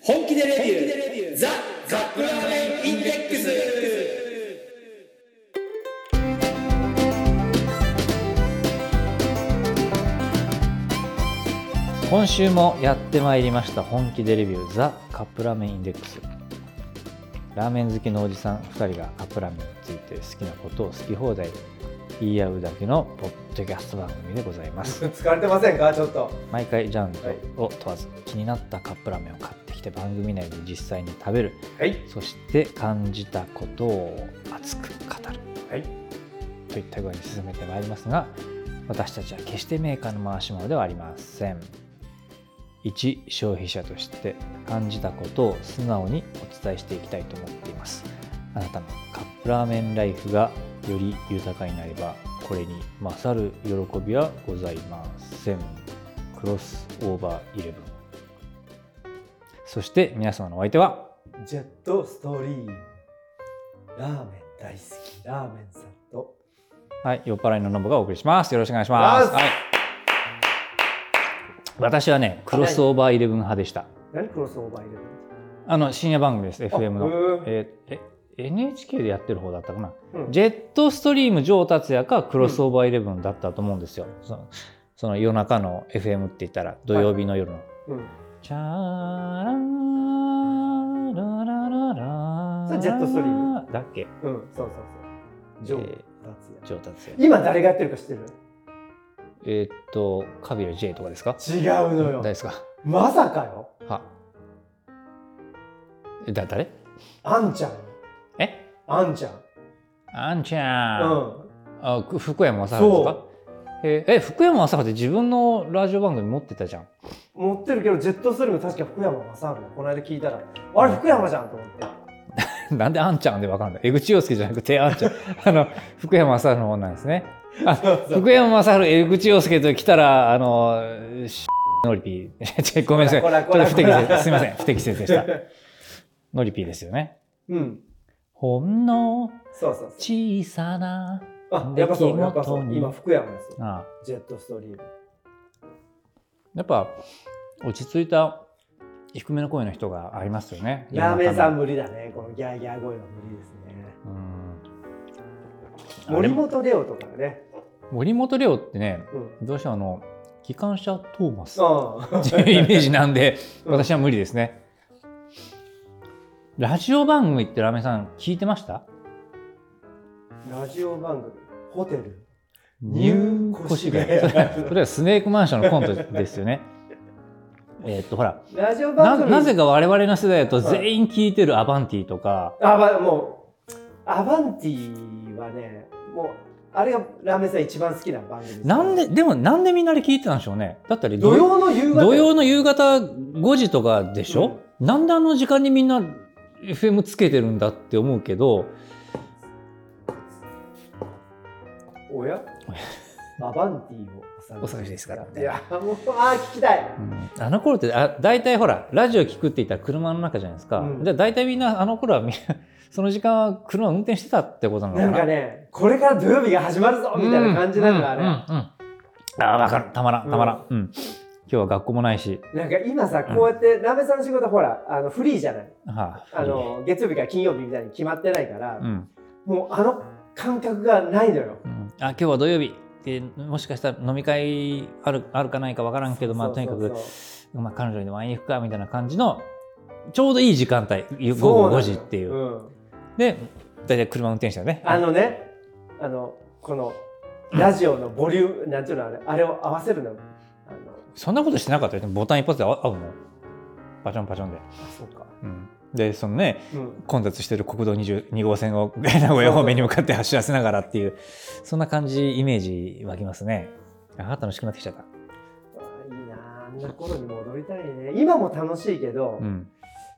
本気でレビューザ・カップラーメンインデックス今週もやってまいりました本気でレビューザカップラーメンインデックスラーメン好きのおじさん2人がカップラーメンについて好きなことを好き放題言い合うだけのポッドキャスト番組でございます疲れてませんかちょっと毎回ジャンルを問わず気になったカップラーメンを買ってきて番組内で実際に食べるはいそして感じたことを熱く語るはいといった具合に進めてまいりますが私たちは決してメーカーの回し物ではありません一消費者として感じたことを素直にお伝えしていきたいと思っていますあなたのカップラーメンライフがより豊かになればこれに勝る喜びはございませんクロスオーバーイレブンそして皆様のお相手はジェットストリームラーメン大好きラーメンさんとはい、酔っ払いのノブがお送りします。よろしくお願いします。お願はい。私はね、クロスオーバーイレブン派でした。何クロスオーバーいるあの深夜番組です。の FM の。うーんえーえ NHK でやってる方だったかな、うんジェットストリーム上達也かクロスオーバーイレブンだったと思うんですよ、そのその夜中の FM って言ったら土曜日の夜の、うんチャーラーララララそれジェットストリームだっけうんそうそうそうジョーえ達ー上也達也今誰がやってるか知ってるえーっとカビラ J とかですか違うのよ誰ですかまさかよは。えだ、誰あんちゃんえあんちゃんあんちうゃん。んあ、く福山雅治ですかえーえ、福山雅治って自分のラジオ番組持ってたじゃん。 持ってるけどジェットストリーム確か福山雅治だこの間聞いたらあれ福山じゃんと思ってなんであんちゃんでわかんない。江口洋介じゃなくてあんちゃん。 あの、福山雅治の方なん ですね。あそうそう福山雅治、江口洋介と来たら、あの、しのりぴー。ち ょごめんなさい。ちこょっらとこら不適切。すみません。不適切でした。のりぴーですよね。うんほんのそうそうそう小さな。あやっぱそうやっぱそう出来事に今福山ですよああジェットストリームやっぱ落ち着いた低めの声の人がありますよね。ラーメンさんも。無理だね。このギャーギャー声は無理ですね。うん。あ森れ本レオとかね。森本レオってね、うん。どうしてもあの機関車トーマスあっていうイ メージなんで、私は無理ですね。ラジオ番組ってラーメンさん聞いてました？あ。ラジオ番組。ホテル。入入越越ししでで。それはスネークマンションのコントですよね。えーっとほら、ラジオな番組。なぜか我々の世代だと全員聞いてるアバンティとか、あ、まあ、もう、アバンティはね、もう、あれがラーメンさん一番好きな番組すなんで、でもなんでみんなで聞いてたんでしょうね。だったら土曜の夕方。土曜の夕方5時とかでしょ、なんであの時間にみんな FM つけてるんだって思うけど、おやアバンティをおお探しですからいや、もう、あー、聞きたい。あの頃ってあ大体ほらラジオ聞くって言ったら車の中じゃないですか、うんじゃあ大体みんなあの頃はみんな その時間は車運転してたってことなのかななんかね、これから土曜日が始まるぞみたいな感じなのよ、あれ。うんうんうんああ分かるたまらんたまらん、うん今日は学校もないし、なんか今さ、こうやって、ラーメンさんの仕事ほら、あのフリーじゃない。はああの、月曜日から金曜日みたいに決まってないからう、んもうあの感覚がないのよ。うんあ今日は土曜日でもしかしたら飲み会あるあるかないかわからんけどまあとにかそくうそうまあ、彼女に会いに行くかみたいな感じのちょうどいい時間帯そう午後5時っていそううなのよで大体車運転手だねうんあのね、あの、この、ラジオのボリューム、なんていうのあれ、あれを合わせるの。あの、そんなことしてなかったよねボタン一発であ合うのパチョンパチョンで、あそうか。うんでそのねうん。混雑してる国道22号線を名古屋方面に向かって走らせながらっていうそんな感じイメージ湧きますねああ楽しくなってきちゃった、あいいなああんな頃に戻りたいね。今も楽しいけど、うん、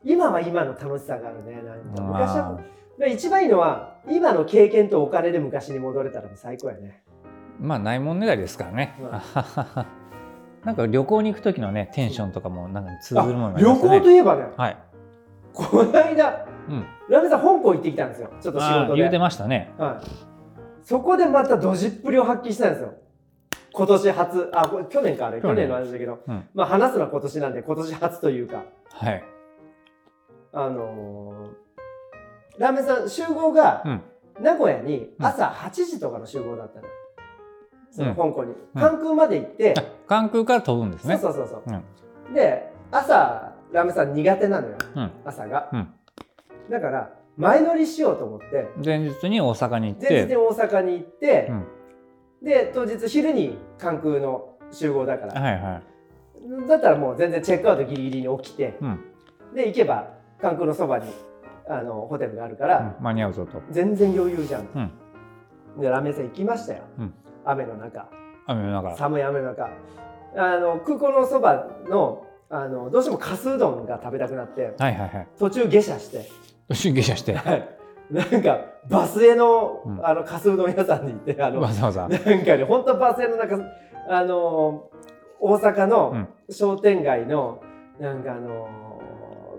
今は今の楽しさがあるね。なんか昔は、まあで一番いいのは今の経験とお金で昔に戻れたらもう最高やねまあないもんねだりですからね、うんあはははなんか旅行に行く時のねテンションとかもなんか通ずるものがあり旅ますよね行といえばねはい、この間うん、ラメさん香港行ってきたんですよちょっと仕ああ事で言うてましたねはい、そこでまたドジっぷりを発揮したんですよ今年初あこれ去年かあれ去去年年の話だけど、うんまあ話すのは今年なんで今年初というかはいあのーラーメン屋さん集合がうん名古屋に朝8時とかの集合だったのよ、その香港に、関空まで行って、あ関空から飛ぶんですね。そうそうそうそう、で朝ラーメン屋さん苦手なのようん朝が、うんだから前乗りしようと思って前日に大阪に行っ前日にて、大阪に行って、うんで当日昼に関空の集合だから、はいはい。だったらもう全然チェックアウトギリギリに起きてうん、で行けば関空のそばにあのホテルがあるかうら、ん間に合うぞと。全然余裕じゃん、うんでラーメン屋さん行きましたよ、うん雨の中雨の中。寒い雨の中あの空港のそばのあのどうしてもかすうどんが食べたくなってはいはいはい。途中下車して 神経者して、なんかバスへの,、うんあのかすうどん屋さんに行ってあのわざわざ。なんかね、本当バス停の中、あのー大阪の商店街の、なんかあの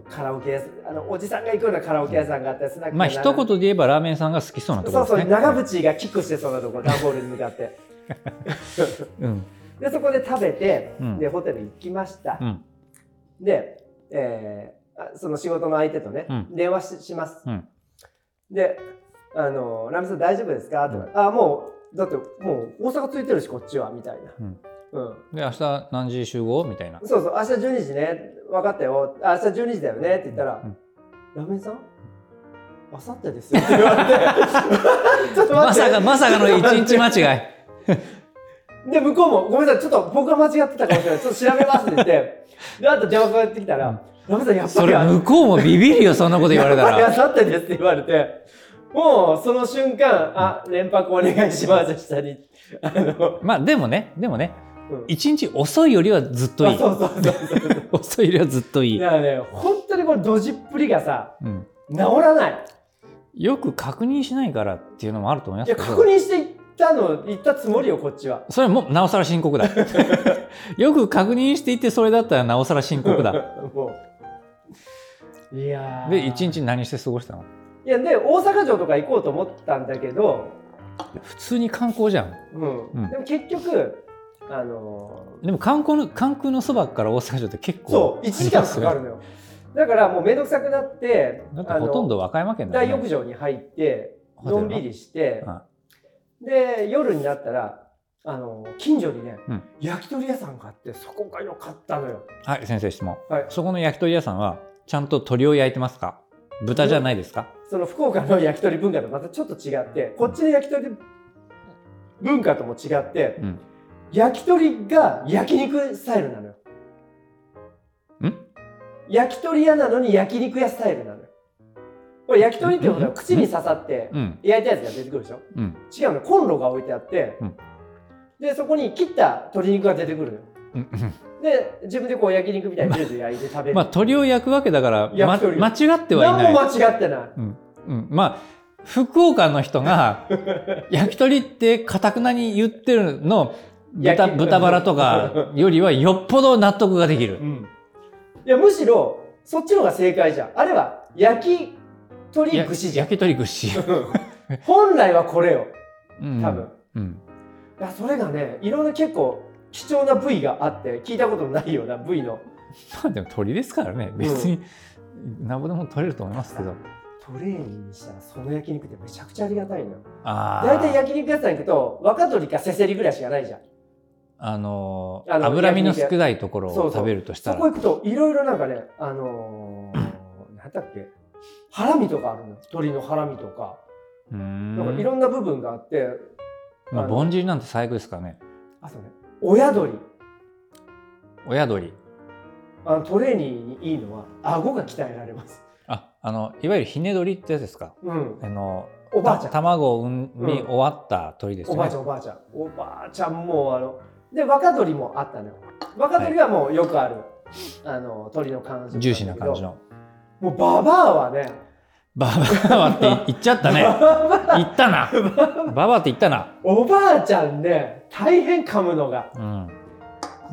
ーカラオケ屋さん、あの、おじさんが行くようなカラオケ屋さんがあって、スナックがまあ並んで一言で言えばラーメン屋さんが好きそうなとこそろうでそすね。う、長渕がキックしてそうなところ、段ボールに向かって。うんで、そこで食べて、うんで、ホテル行きました。うんで、えーあその仕事の相手とね、うん電話しします。うんで、あのー、ラミさん大丈夫ですかとか、あ、もう、だってもう大阪ついてるし、こっちは、みたいな。うんうんで明日何時集合みたいな。そうそう、明日12時ね、分かったよ、明日12時だよねって言ったら、うんラーメンさん明後日ですよって言われて、 ちょっとま待っさて、かまさかの一 日間違い。で、向こうも、ごめんなさい、ちょっと僕が間違ってたかもしれない、ちょっと調べますって言って、で、あと電話かかってきたら、うんラーメンさん、やっぱそりれあ、向こうもビビるよそんなこと言われたやっら。ぱり明後日ですって言われて、もうその瞬間、あ、連泊お願いします、下に。あの、まあでもねでもねうん一日遅いよりはずっといあい。そうそうそうそう。遅いよりはずっといいだ。からね、本当にこのドジっぷりがさ、うん治らない。よく確認しないからっていうのもあると思いいますやけ確ど。認していったの言ったつもりよこっちはそれもなおさら深刻 だ。よく確認していてそれだったらなおさら深刻だ。もういやーで一日何して過ごしたのいやで大阪城とか行こうと思ったんだけど、普通に観光じゃん。うんうんでも結局あのでも観光の関空のそばから大阪城って結ー構そう1時間かかありるのよだからもう面倒くさくなってますよだってほとんどあ和歌山県のだ大よ浴ね場に入ってホテのルのんびりしてうんで夜になったらあのー近所にね、うん焼き鳥屋さんがあってそこが良かったのよはい先生質問、はいそこの焼き鳥屋さんはちゃんと鳥を焼いてますか豚じゃないですかその福岡の焼き鳥文化とまたちょっと違ってこっちの焼き鳥文化とも違ってうん焼き鳥が焼肉スタイルなのよ。ん焼き鳥屋なのに焼肉屋スタイルなのよ。これ焼き鳥ってことは口に刺さってうん焼いたやつが出てくるでしょうん違うのコンロが置いてあって、うんでそこに切った鶏肉が出てくるのよ。うんうんで自分でこう焼肉みたいにジュージュー焼いて食べる。まあ鳥を焼くわけだから、ま、焼き鳥間違ってはいな何いも間違ってない。うん、まあ福岡の 人が焼き鳥ってかたくなに言ってるの豚焼き豚バラとかよりはよっぽど納得ができるうんいやむしろそっちの方が正解じゃんあれは焼き鳥や串じゃん焼き鳥串 本来はこれようん多分、うんいやそれがねいろんな結構貴重な部位があって聞いたことないような部位のまあでも鳥ですからね別になんぼでも取れると思いますけどトレーニングしたらその焼肉ってめちゃくちゃありがたいのよあ大体あ焼肉屋さん行くと若鳥かせせりぐらいしかないじゃんあのあの脂身の焼肉少屋ないところそをうそう食べるとしたそらこ行くといろいろなんかねあのー、なんだっけハラミとかあるのよ鳥のハラミとかうーんなんかいろんな部分があってまああのぼんじりなんて最悪ですからねあとね親鳥親鳥あのトレーニーにいいのは顎が鍛えられます。ああのいわゆるひね鳥ってやつですかうん。あのおばあちたゃん。卵を産みうん終わった鳥ですおよばあねちゃんおばあちゃん。おばあちゃんもうあので若鳥もあったのよ。若鳥はもうよくある、あの鳥の感じ。ジューシーな感じ。のもうババアはね。ババアって言っちゃったね言ったなババアって言ったな おばあちゃんね大変噛むのがうん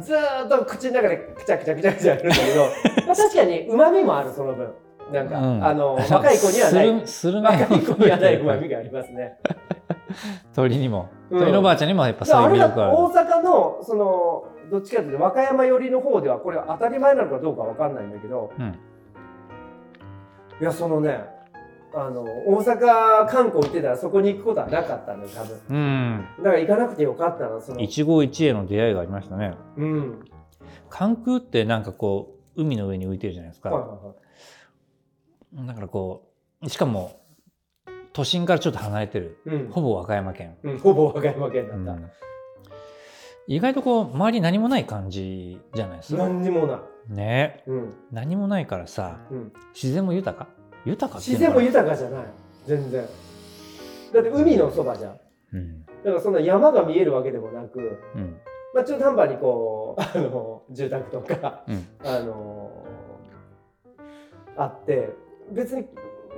ずーっと口の中でくちゃくちゃくちゃくちゃやるんだ けど、まあ、確かに旨味もあるその分なんか、うんあ の若い子にはないするするめ若い子にはない旨味がありますね。 鳥にもうん鳥のばあちゃんにもやっぱだからそあういれう魅力ががあ大阪のそのどっちかというと和歌山寄りの方ではこれは当たり前なのかどうかわかんないんだけどるうんいやそのねあの大阪観光行ってたらそこに行くことはなかったのよ多分うんだから行かなくてよかったのその一期一会の出会いがありましたねうん関空ってなんかこう海の上に浮いてるじゃないですか、はいはいはいだからこうしかも都心からちょっと離れてるうんほぼ和歌山県、うんほぼ和歌山県だった、意外とこう周り何もない感じじゃないですか何にもない、ねうん何もないからさうん、自然も豊か豊かってい自うの然かなも豊かじゃない全然だって海のそばじゃんうんだからそんな山が見えるわけでもなく、うんまあ、中途半端にこうあの住宅とかうんあのあって別に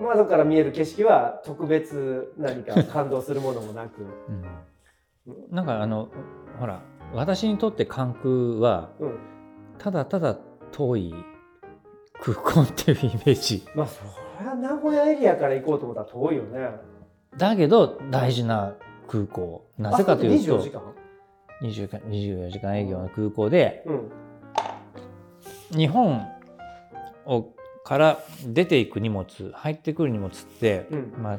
窓から見える景色は特別何か感動するものもな く、うんなんかあのほら私にとって関空はうん、ただただ遠い空港っていうイメージまあそりゃ名古屋エリアから行こうと思ったら遠いよねだけど大事な空港なぜかといあうそこって24時間と20か24時間営業の空港でうん日本をから出ていく荷物入ってくる荷物って、うんまあ、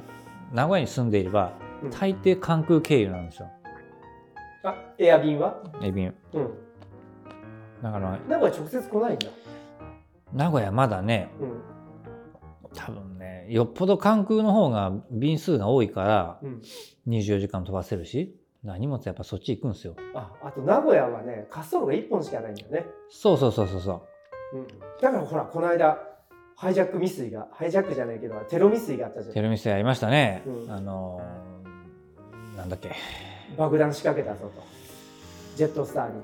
名古屋に住んでいればうん大抵関空経由なんですよあエア便はエビンうんだから名古屋直接来ないんだ名古屋まだねうん多分ねよっぽど関空の方が便数が多いからうん24時間飛ばせるし荷物やっぱそっち行くんですよああと名古屋はね滑走路が1本しかないんだよね、そうそうそうそうそううん、だからほらこの間ハイジャック未遂がハイジャックじゃないけどテロ未遂があったじゃテレビスやりましたね、うんあのーなんだっけん爆弾仕掛けたぞとジェットスターに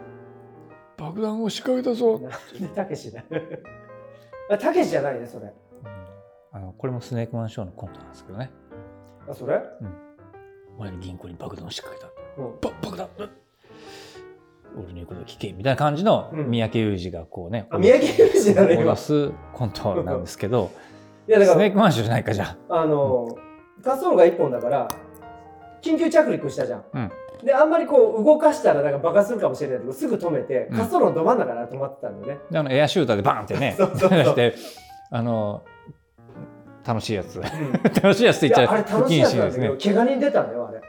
爆弾を仕掛けたぞなんでたけしだ あたけしじゃないねそれあのこれもスネークマンショーのコントなんですけどねあそれ、俺に銀行に爆弾を仕掛けうん、たば爆弾うん俺の言うこと聞けみたいな感じのうん三宅裕二がこうね、あ三宅裕二だね脅今すコントなんですけど いやだスかネーらクマンションじゃないかじゃあの滑走路が1本だから緊急着陸したじゃんあ、うん、であんまりこう動かしたらなんか爆発するかもしれないけどすぐ止めてうん滑走路のど真ん中から止まってたんだよね、であのエアシューターでバーンって ねそうそうそうしてあの楽しいやつ うん楽しいやつってい言っちやあゃれ不楽しい謹やつ慎なんだですけねど、怪我人出たんだよあれ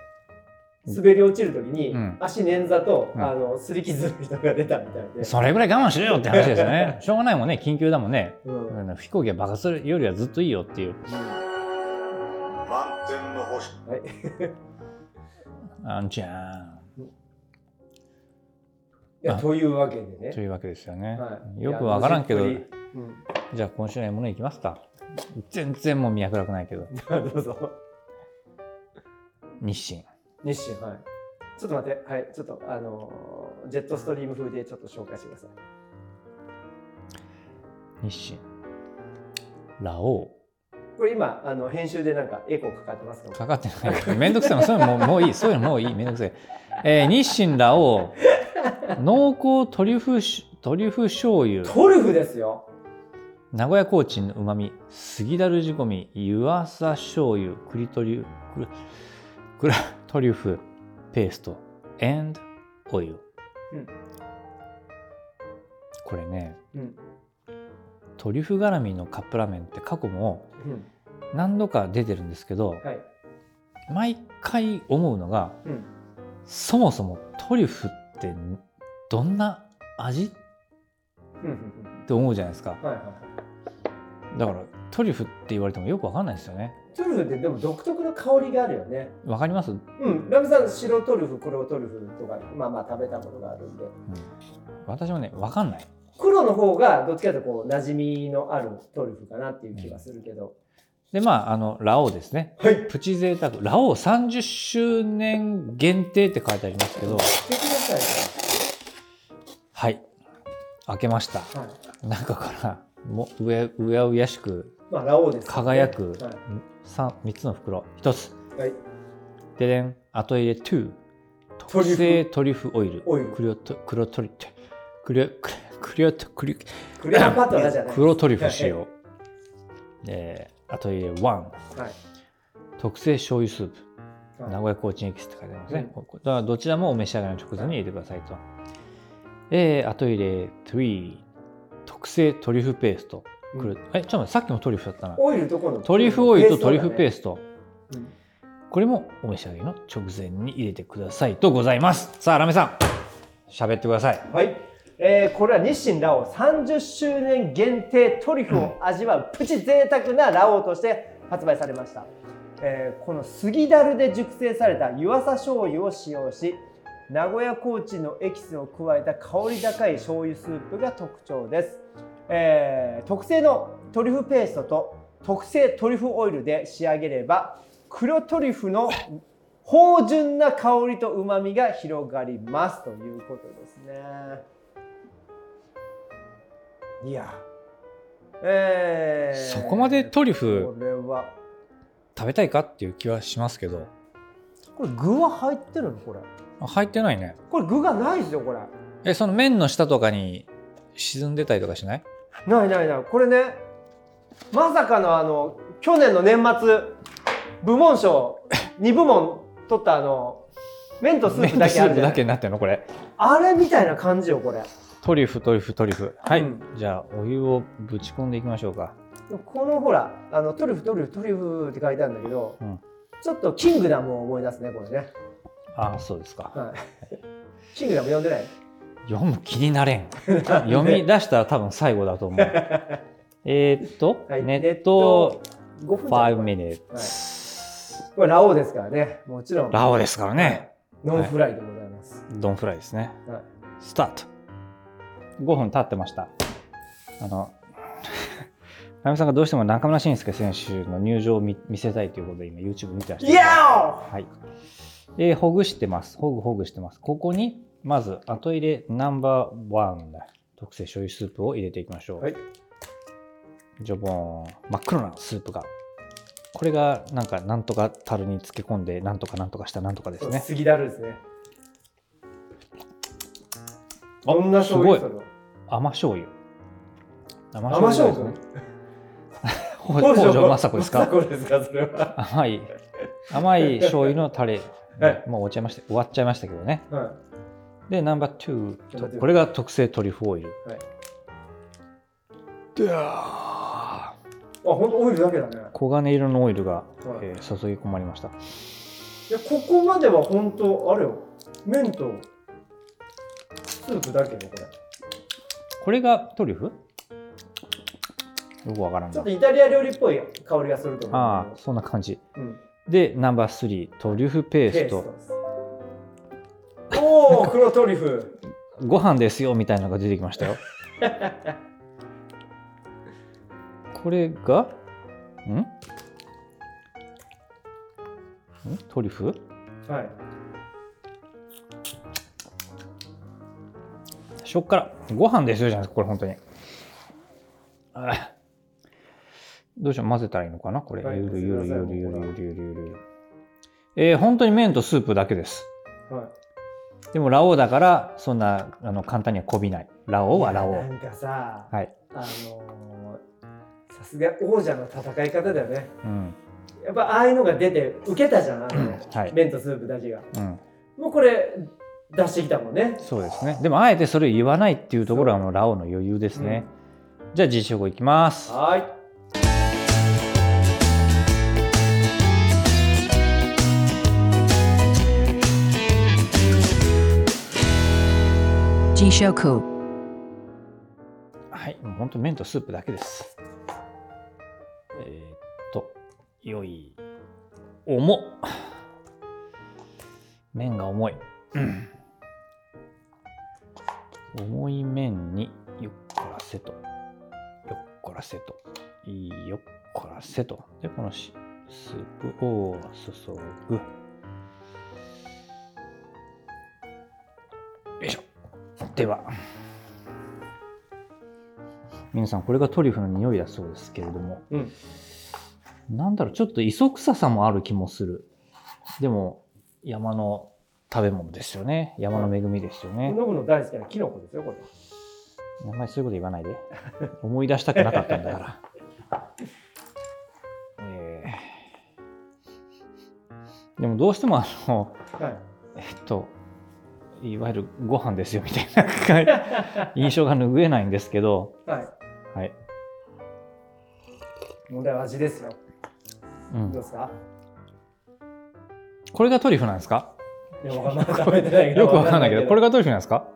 滑り落ちる時に、うん足捻挫と、うんあの擦り傷の人が出たみたいで、それぐらい我慢しろよって話ですよ ねしょうがないもんね緊急だもんねうんあの飛行機が爆発するよりはずっといいよっていう満点の星あんちゃんいやあというわけでとね、いうわけですよね、はいよくわからんけどいや無事っじゃあ今週の獲物いきますか全然もう脈絡ないけどぷりうん、ど うぞ日清日清はいちょっと待ってはいちょっとあのージェットストリーム風でちょっと紹介してください日清ラオこれ今あの編集でなんかエコーかかってますウかかかってないけどめんどくさいもうそういうのもうもういいそういうのもういいめんどくさい、えー日清ラオウ濃厚トリュフしトリュフ醤油トルフですよ名古屋コーチンのうまみ杉だる仕込み湯浅醤油栗トリュクルクラトリュフペースト and オイル、うんこれねうんトリュフ絡みのカップラーメンって過去もうん何度か出てるんですけど、はい毎回思うのがうんそもそもトリュフってどんな味っうんうんて思うじゃないですかうんはいはいはいだからトリュフって言われてもよくわかんないですよねトルフってでも独特の香りがあるよねわかりますうん、ラムさん白トルフ黒トルフとかまあまあ食べたことがあるんで私もねわかんない黒の方がどっちかというとこう馴染みのあるトルフかなっていう気がするけど、でまああのラオウですねはいプチ贅沢ラオウ30周年限定って書いてありますけど聞いてくださはい開けましたいよ、はい、中からもうやうやうやしくまあラオウです、輝くはい 3, 三つの袋1つはいででん後入れ2トリュフ特製トリュフオイルオイルクリオト黒トリュクリオクリクリオトクリクレアパトラじゃない黒トリュフ使用で後入れ1はい特製醤油スープは名い古屋コーチンエキスって書いてありますうねん。ここだからどちらもお召し上がりの直前に入れてくださいと。えー、後入れ3、特製トリュフペースト、くる、えちょっと待ってさっきもトリュフだったなオイルどこのトリュフオイルとトリュフペーススト、トだねこれもお召し上がりの直前に入れてくださいとございますさあラメさん喋ってくださいうんはい、えーこれは日清ラオウ30周年限定トリュフを味わうプチ贅沢なラオウとして発売されました、えーこの杉だるで熟成された湯浅醤油を使用し名古屋コーチンのエキスを加えた香り高い醤油スープが特徴です、えー特製のトリュフペーストと特製トリュフオイルで仕上げれば黒トリュフの芳醇な香りとうまみが広がりますということですねいやえーそこまでトリュこフれは食べたいかっていう気はしますけどこれ具は入ってるのこれあ入ってないねこれ具がないですよこれえその麺の下とかに沈んでたりとかしないないないないこれねまさかのあの去年の年末部門 賞2部門取ったあの麺とスープだけあるスープじゃなだいけになってるのこれあれみたいな感じよこれトリュフトリュフトリュフはい、うんじゃあお湯をぶち込んでいきましょうかこのほらあのトリュフトリュフトリュフって書いてあるんだけど、うんちょっとキングダムを思い出すねこれね、あそうですか はい、キングダム読んでない読む気になれん読み出したら多分最後 だと思うえーっと、はいネット5分じゃん5これ minutes、これラオウですからねもちろんラオですからねノンフライでございます、ドンフライですね、はいスタート5分経ってましたあの ラミさんがどうしても中村慎介選手の入場を見見せたいということで今 YouTube 見てらっしゃるいやはい。で、ほぐしてます。ほぐほぐしてます。ここに、まず、後入れナンバーワンだ。特製醤油スープを入れていきましょう。はい。ジョボーン。真っ黒なスープが。これが、なんか、なんとか樽に漬け込んで、なんとかなんとかしたなんとかですおね。杉だるですねあどんなす醤ご油いそ。れは甘醤油。甘甘醤油ですね。 北条政子ですか政子ですかそれは、甘い、甘い醤油のタレ はい。もう終わっちゃいました終わっちゃいましたけどね。はで、ナンバー2ナンバーツと、ーこれが特製トリュフオイル。はいであい、あほんとオイルだけだねー黄金色のオイルが、いえー注ぎ込まれました。いやここまでは本当あれよ麺とスープだけよこれこれがトリュフよくわからんちょなっと。イタリア料理っぽい香りがすると思うああ、そんな感じ。うん、で、ナンバー3、トリュフペーペスーストト。ですおお黒トリュフご飯ですよみたいなのが出てきまし たよ。これが、んんトリュフはいしょっからご飯ですよじゃないですかこれ本当にあどうしよう混ぜたらいいのかなこれ、はいゆるゆる混ゆぜてくだるさいゆるもうゆるゆるゆるゆるえー、本当に麺とスープだけですはいでもラオウだからそんなあの簡単にはこびないラオウはラオいやウなんかさはい、あのーさすが王者の戦い方だよねうん やっぱああいうのが出て受けたじゃんあの、はい麺とスープだけがうん、もうこれ出してきたもんねそうですねでもあえてそれを言わないっていうところはもうラオウの余裕ですね、じゃあ実食後いきますはーいジショクはい、もう本当麺とスープだけです。えーっと、よい、重っ。麺が重い。うん重い麺によっこらせと、よっこらせと、いいよっこらせと。で、このしスープを注ぐ。よいしょ。では。皆さんこれがトリュフの匂いだそうですけれども、うんなんだろうちょっと磯臭さもある気もするでも山の食べ物ですよね山の恵みですよね、飲むの大好きなキノコですよこれあんまりそういうこと言わないで思い出したくなかったんだ からえーでもどうしてもあの はいえっといわゆるご飯ですよみたいな印象が拭えないんですけどはいはい。問題は味ですよ。うどうんですかこれがトリュフなんですかいや、わかんない。食べてないけどよくわかんないけど、これがトリュフなんですか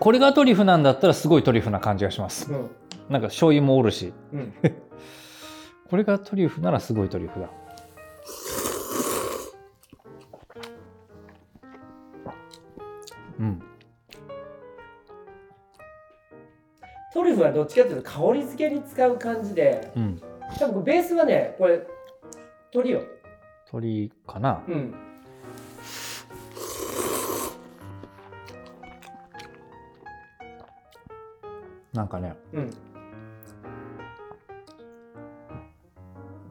これがトリュフなんだったらすごいトリュフな感じがします。うん。なんか醤油もおるし、うん。これがトリュフならすごいトリュフだ。うん。トリュフはどっちかっていうと香り付けに使う感じで、うん。多分ベースはね、これ、鶏よ。鶏かなうん。なんかね、うん。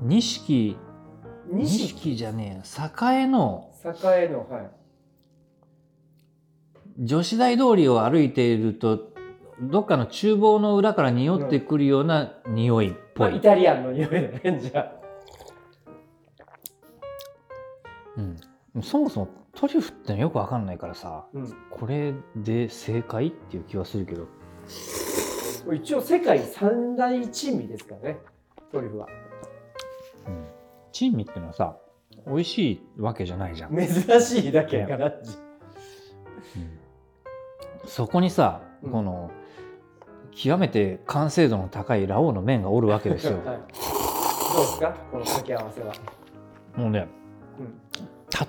錦、錦錦じゃねえ、栄の栄の、はい。女子大通りを歩いていると、どっかの厨房の裏から匂ってくるような匂いっぽまあいイ。タリアンの匂いだね、じゃうん、そもそもトリュフってよくわかんないからさあ。これで正解っていう気はするけどうん。一応、世界三大珍味ですからね、トリュフは。珍味ってのはさ美味しいわけじゃないじゃん、珍しいだけやから。そこにさ、うんこの極めて完成度の高いラオウの麺がおるわけですよ はいどうですか、この掛け合わせは。もうねうん。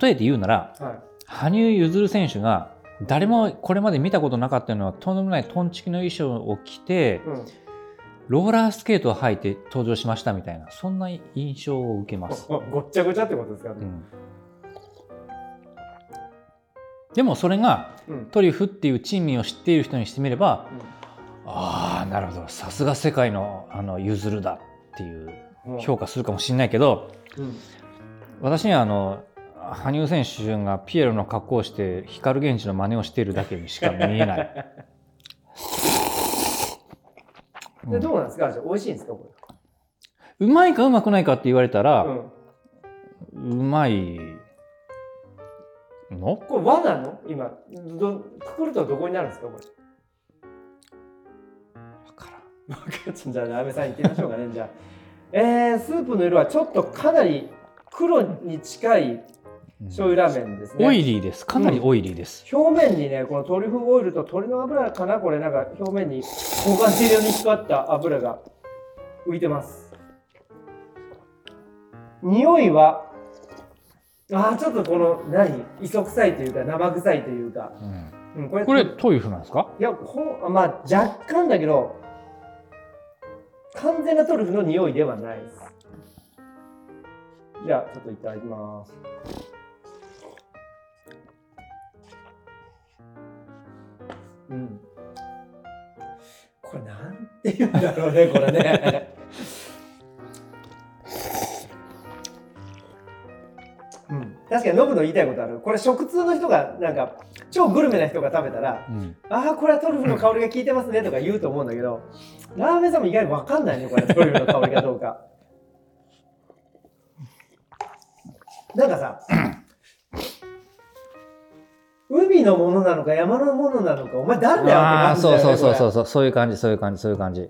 例えて言うならは羽生結弦選手が誰もこれまで見たことなかったのはとんでもないトンチキの衣装を着てい。 うん。ローラースケートを履いて登場しましたみたいなそんな印象を受けますごっちゃごちゃってことですかうね。んでもそれがうん。トリュフっていう珍味を知っている人にしてみればうんああなるほどさすが世界のあの譲るだっていううん評価するかもしれないけどうん私にはあの羽生選手がピエロの格好をして光源氏の真似をしているだけにしか見 えない。うでんどうなんですか、味美味しいんですかこうまいかうまくないかって言われたれ。ら、うん。うまいのこれ和なの今どくくるとどこになるんですかこれ。わからんじゃあ安倍さん行ってみましょうかねじゃあ。えー、スープの色はちょっとかなり黒に近いうん醤油ラーメンですね。オイリーですかなりオイリーです。表面にねこのトリュフオイルと鶏の油かなこれなんか表面に黄金色に光った油が浮いてます匂いはあーちょっとこの何磯臭いというか生臭いというか、ううんん、これこれいトリュフなんですかやほんまあ若干だけど完全なトリュフの匂いではないですじゃあちょっといただきますうんこれなんて言うんだろうねこれねうん、確かにノブの言いたいことあるこれ食通の人がなんか超グルメな人が食べたらうん、ああこれはトリュフの香りが効いてますねとか言うと思うんだけどラーメン屋さんも意外に分かんないねこれトリュフの香りかどうかなんかさ海のものなのか山のものなのかお前誰だよああってそ感うじだよねそうそうそうこそうそういう感じそういう感じそういう感じ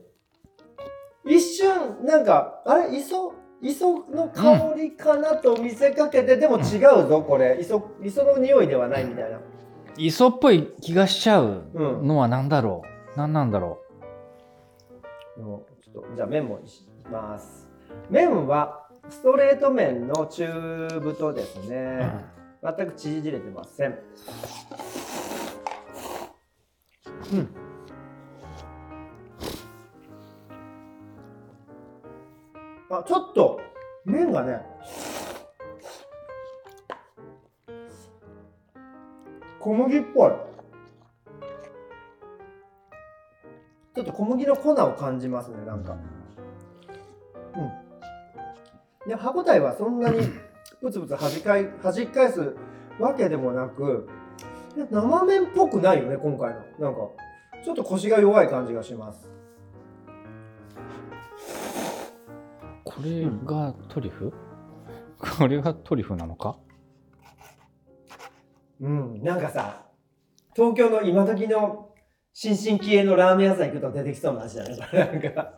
れ一瞬なんかあれ磯磯の香りかなと見せかけて、でも違うぞこれ磯磯の匂いではないみたいな磯っぽい気がしちゃううんのは何だろう何なんだろのちょっとじゃあ麺もいきます麺はストレート麺の中太ですう、ね全く縮れてませんうんあちょっと麺がね小麦っぽいちょっと小麦の粉を感じますねなんかで歯応えはそんなにブツブツ弾かい弾き返すわけでもなくで生麺っぽくないよね今回のなんかちょっと腰が弱い感じがしますこれがトリュフ、 これがトリュフなのかうんなんかさ東京の今時の新進気鋭のラーメン屋さん行くと出てきそうな味だねこれなんか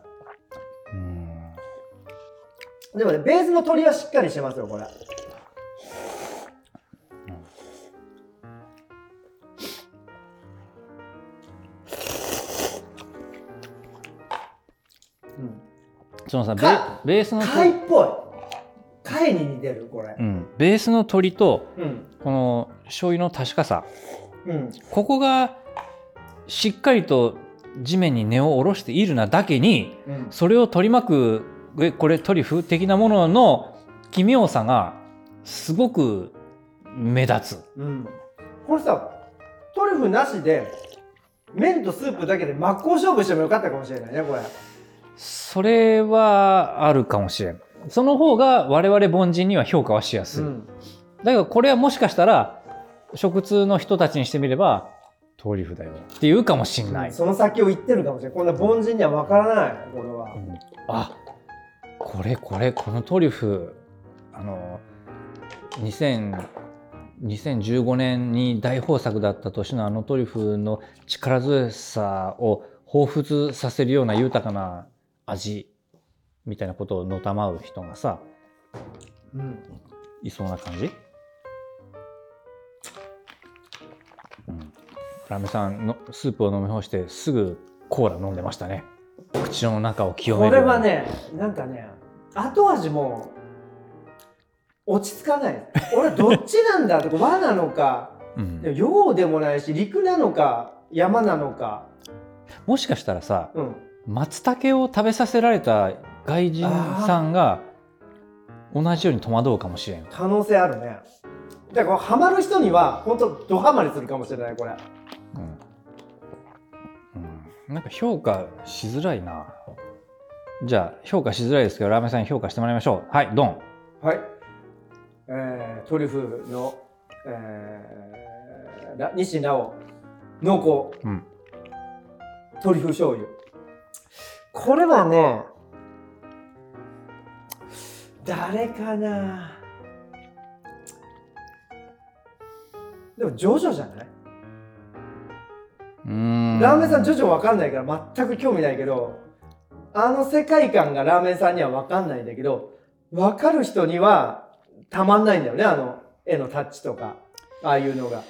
でもね、ベースの鶏はしっかりしてますよ、これ。うん、そのさベかベースの貝っ鳥ぽい。貝に似てる、これう。ん、ベースの鳥とうん。この醤油の確かさうん。ここがしっかりと地面に根を下ろしているなだけにうん。それを取り巻くえこれトリュフ的なものの奇妙さがすごく目立つうん。これさ、トリュフなしで、麺とスープだけで真っ向勝負してもよかったかもしれないね、これ。それはあるかもしれんその方が我々凡人には評価はしやすい、ん。だけどこれはもしかしたら食通の人たちにしてみればトリュフだよっていうかもしんない、その先を言ってるかもしれない。こんな凡人にはわからない、これは。うんあこれこれこのトリュフあの2000 2015年に大豊作だった年のあのトリュフの力強さを彷彿させるような豊かな味みたいなことをのたまう人がさうん。いそうな感じ、うん、ラメさんのスープを飲み干してすぐコーラ飲んでましたね口の中を清めこれるようにはね、なんかね、後味も落ち着かない。俺どっちなんだって、こう和なのか、うんでも洋でもないし、陸なのか、山なのか。もしかしたらさうん。松茸を食べさせられた外人さんが同じように戸惑うかもしれん可能性あるね。だからこうハマる人には、本当ドハマりするかもしれない、これ。うん、うん、なんか評価しづらいなじゃあ評価しづらいですけどラーメンさんに評価してもらいましょうはいドンはい。えー、トリュフの、えー、ら西直濃厚、うんトリュフ醤油これはね誰かなでもジョジョじゃない、うーんラーメンさんジョジョわかんないから全く興味ないけどあの世界観がラーメンさんにはわかんないんだけどわかる人にはたまんないんだよねあの絵のタッチとかああいうのが。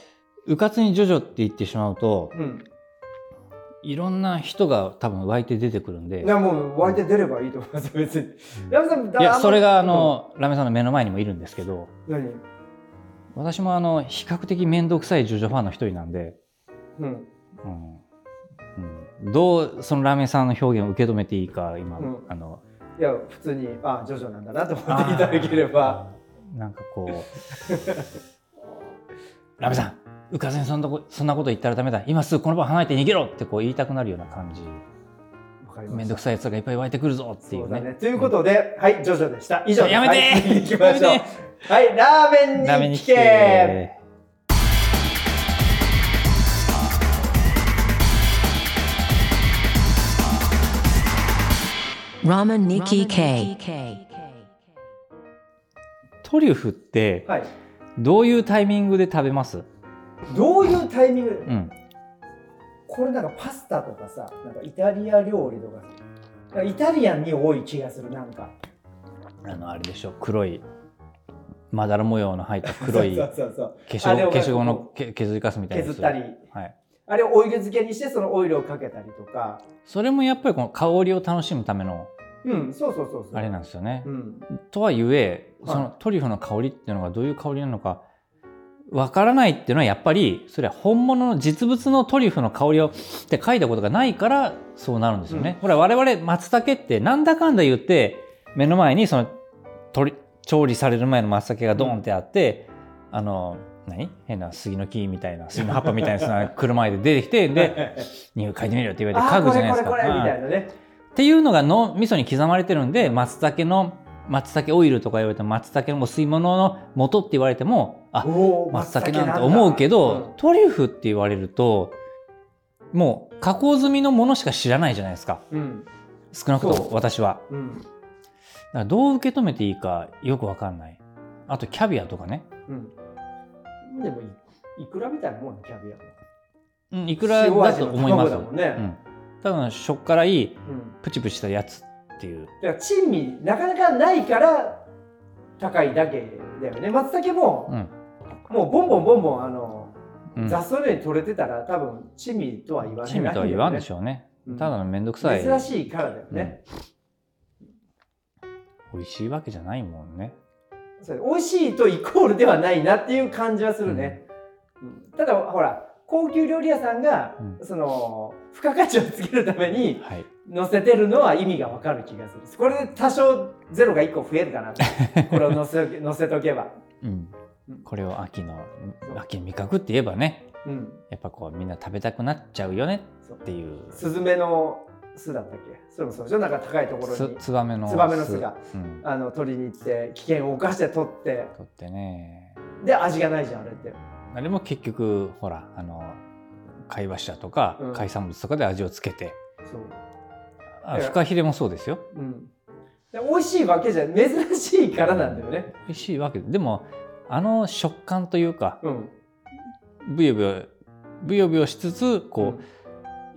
うかつにジョジョって言ってしまうとうんいろんな人が多分湧いて出てくるんでいやもう湧いて出ればいいと思います別に。ラムさんだいやそれがあの、ラーメンさんの目の前にもいるんですけど何私もあの比較的面倒くさいジョジョファンの一人なんでうんうんうんどうそのラーメンさんの表現を受け止めていいか今、うんあのいや普通にあジョジョなんだなと思っていただければ。なんかこう ラーメンさんうかずにそんなこそんなこと言ったらダメだ今すぐこの場を離れて逃げろってこう言いたくなるような感じわかりま面し倒たくさいやつがいっぱい湧いてくるぞっていそううだねね。ということで、はい、ジョジョでした。以上ですやめてはい、次行きましょうやめ。はい、ラーメンラーメンにに聞け聞けラーメンニキ K トリュフってはい。どういうタイミングで食べます、どういうタイミングうん、これなんかパスタとかさ、なんかイタリア料理とかさ、なんかイタリアンに多い気がする、なんか。あのあれでしょ黒いまだら模様の入った黒いそう消そうそうしあれゴをム消しゴムのけ削りカスみたいなやつ削ったり、はい、あれをオイル漬けにして、そのオイルをかけたりとか。それもやっぱりこの香りを楽しむためのうん、そうそうそうそう。あれなんですよねう。ん。とはいえはいそのトリュフの香りっていうのがどういう香りなのかわからないっていうのはやっぱりそれは本物の実物のトリュフの香りをって書いたことがないからそうなるんですよね。ほら我々松茸ってなんだかんだ言って目の前にその取り調理される前の松茸がドーンってあって、あの何変な杉の木みたいな杉の葉っぱみたいなやつが車前で出てきてでで、 「匂い嗅いでみろ」って言われ てあー、嗅ぐこじゃなれこれいですか。これみはいたいなね。っていうのがの味噌に刻まれてるんで松茸の松茸オイルとか言われても松茸のもう吸い物の元って言われてもあおー松茸なんて思うけど、、トリュフって言われるともう加工済みのものしか知らないじゃないですかうん。少なくとそもう私はうん。うん。だからどう受け止めていいかよくわかんないあとキャビアとかね、うん、でもい、いくらみたいなもんね、キャビア。うん、いくらだと思いま塩味の卵すだもんねうん、ただの食からいいうん。プチプチしたやつっていうだから珍味なかなかないから高いだけだよね松茸も、うんもうボンボンボンボンあの、うん雑草のように取れてたら多分珍味とは言わないチームとは言わんでしょ、ょうねうんただの面倒くさい珍しいからだよね、美味しいわけじゃないもんねそれ美味しいとイコールではないなっていう感じはするね、うんただほら高級料理屋さんが、うその付加価値をつけるためにはい乗せてるのは意味がわかる気がするこれで多少ゼロが1個増えるかな とこれを乗せ乗せとけば、うんうんこれを秋の秋味覚って言えばねうん、やっぱこうみんな食べたくなっちゃうよねそうっていうスズメの巣だったっけそれもそうでしょなんか高いところつにツバメのツバメの巣がうん、あの取りに行って危険を冒して取ってとってねで味がないじゃんあれってあれも結局ほらあの貝柱とかうん海産物とかで味をつけて、そう、あいやフカヒレもそうですようん、で美味しいわけじゃ珍しいからなんだよね美味しいわけででもあの食感というかうんブヨブヨブヨブヨしつつこうう、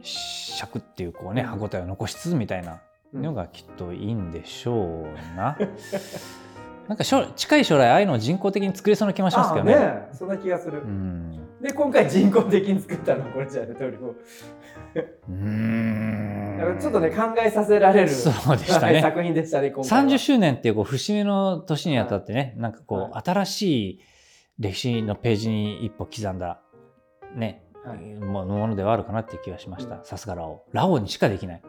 シャクっていうこうねうん歯ごたえを残しつつみたいなうんのがきっといいんでしょうな、 なんかしょ近い将来ああいうのを人工的に作れそうな気もしますあけあどねねそんな気がする、うんで今回人工的に作ったのはこれじゃねトリュフをうだかーんらちょっとね考えさせられるそうでしたねはい作品でしたね今回は30周年っていうこう節目の年にあたってね、なんかこう、新しい歴史のページに一歩刻んだね、はいもものではあるかなっていう気がしましたさすがラオウラオウにしかできない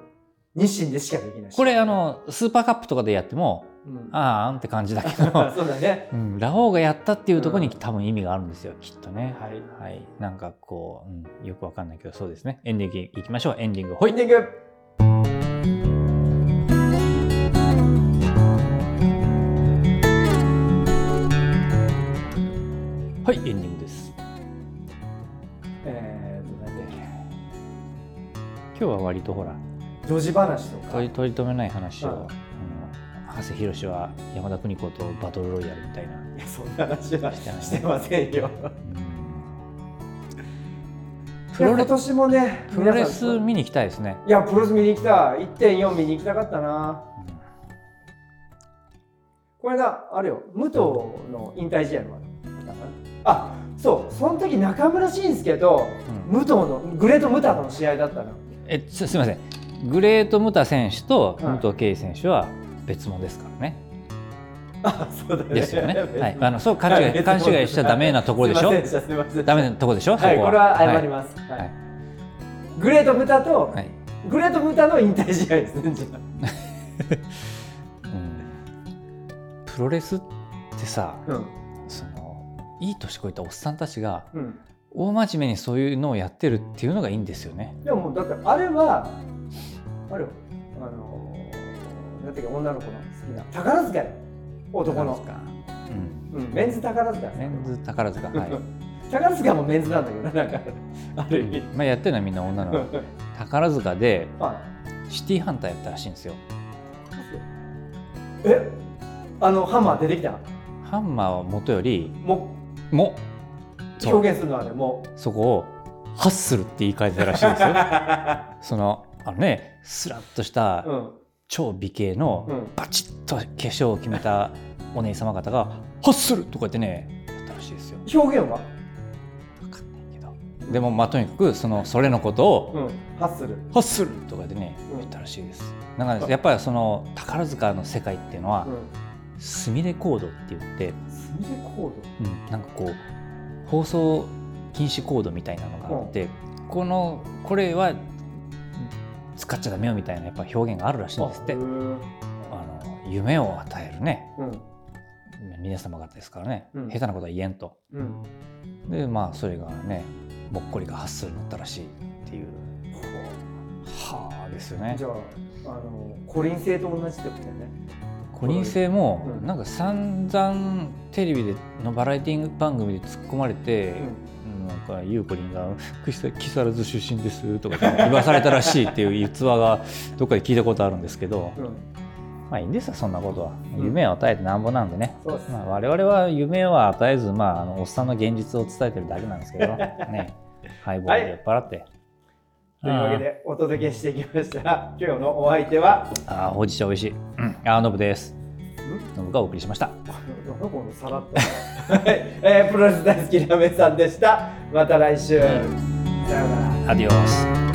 日清でしかできないしこれあ、のスーパーカップとかでやってもうん、ああんって感じだけど、 そうだねうん、ラオウがやったっていうところにうん多分意味があるんですよきっとねはいはい、なんかこう、うん、よくわかんないけどそうですねエンディングいきましょうエンディングほエいンディングはいエンディングですえーとなんだっけ今日は割とほらドジ話とか取り取り留めない話を、うんあの長谷博は山田邦子とバトルロイヤルみたいな、いやそんな話はしてないしてませんよプロいやレ今年もねプロレス皆さん見に行きたいですね、いやプロレス見に行きたい1.4見に行きたかったなこれだあれよ武藤の引退試合もあったかなあそうその時中村慎介とう武ん藤のグレート・ムタとの試合だったのえすすいませんグレート・ムタ選手とはい武藤敬司選手は別物ですからね、あそうだねです よね、はい、あのそう勘はい違い別勘物違いしちゃダメなところでしょすいませんすいませんダメなところでしょ、はいそここはれは謝ります、はいはいグレート・ムタと、はいグレート・ムタの引退試合ですねじゃうんプロレスってさあうんそのいい年こいたおっさんたちがうん大真面目にそういうのをやってるっていうのがいいんですよね。でももうだってあれはあれよあのーなんていうか女の子の好きな宝塚よ男の、宝塚うん、うん、メンズ宝塚メンズ 宝塚はい、宝塚もメンズなんだけどなんかある意味まあ、やってるのはみんな女の子 宝塚ではいシティハンターやったらしいんですよえあのハンマー出てきたハンマーはもとよりももうそう表現するのはねもうそこをハッスルって言い換えてたらしいんですよ そのあのねスラッとしたうん超美形のうんバチッと化粧を決めたお姉様方が「ハッスル!」とか言ってねやったらしいですよ表現は分かんないけどでもまあとにかくそのそれのことをうんハッスル「ハッスル!」とかでねうん言ったらしいですだからやっぱりその宝塚の世界っていうのは、うスミレコードって言って、んスミレコーうんなんかこう放送禁止コードみたいなのがあって、このこれは使っちゃダメよみたいなやっぱ表現があるらしいんドですってうあんの夢を与えるねうん皆様方ですからね、うん下手なことは言えんとうんでまあそれがねもっこりがハッスルになったらしいっていうはあですよねじゃああのコリン星と同じってことだよね個人性もうんなんか散々テレビでのバラエティ番組で突っ込まれて、なんかゆうこりんが「木更津出身です」とか言わされたらしいっていう逸話がどっかで聞いたことあるんですけどうんうんまあいいんですよそんなことはうん夢を与えてなんぼなんでね、そうですまあ、我々は夢は与えず、ま あ、あのおっさんの現実を伝えてるだけなんですけどねハイボールで酔っ払って、というわけでお届けしてきました。今日のお相手は、ああほうじ茶美味しい、うん、ああノブですノブがお送りしましたどこのさらっと、 はいえープロレス大好きなめさんでした。また来週。さようなら。アディオス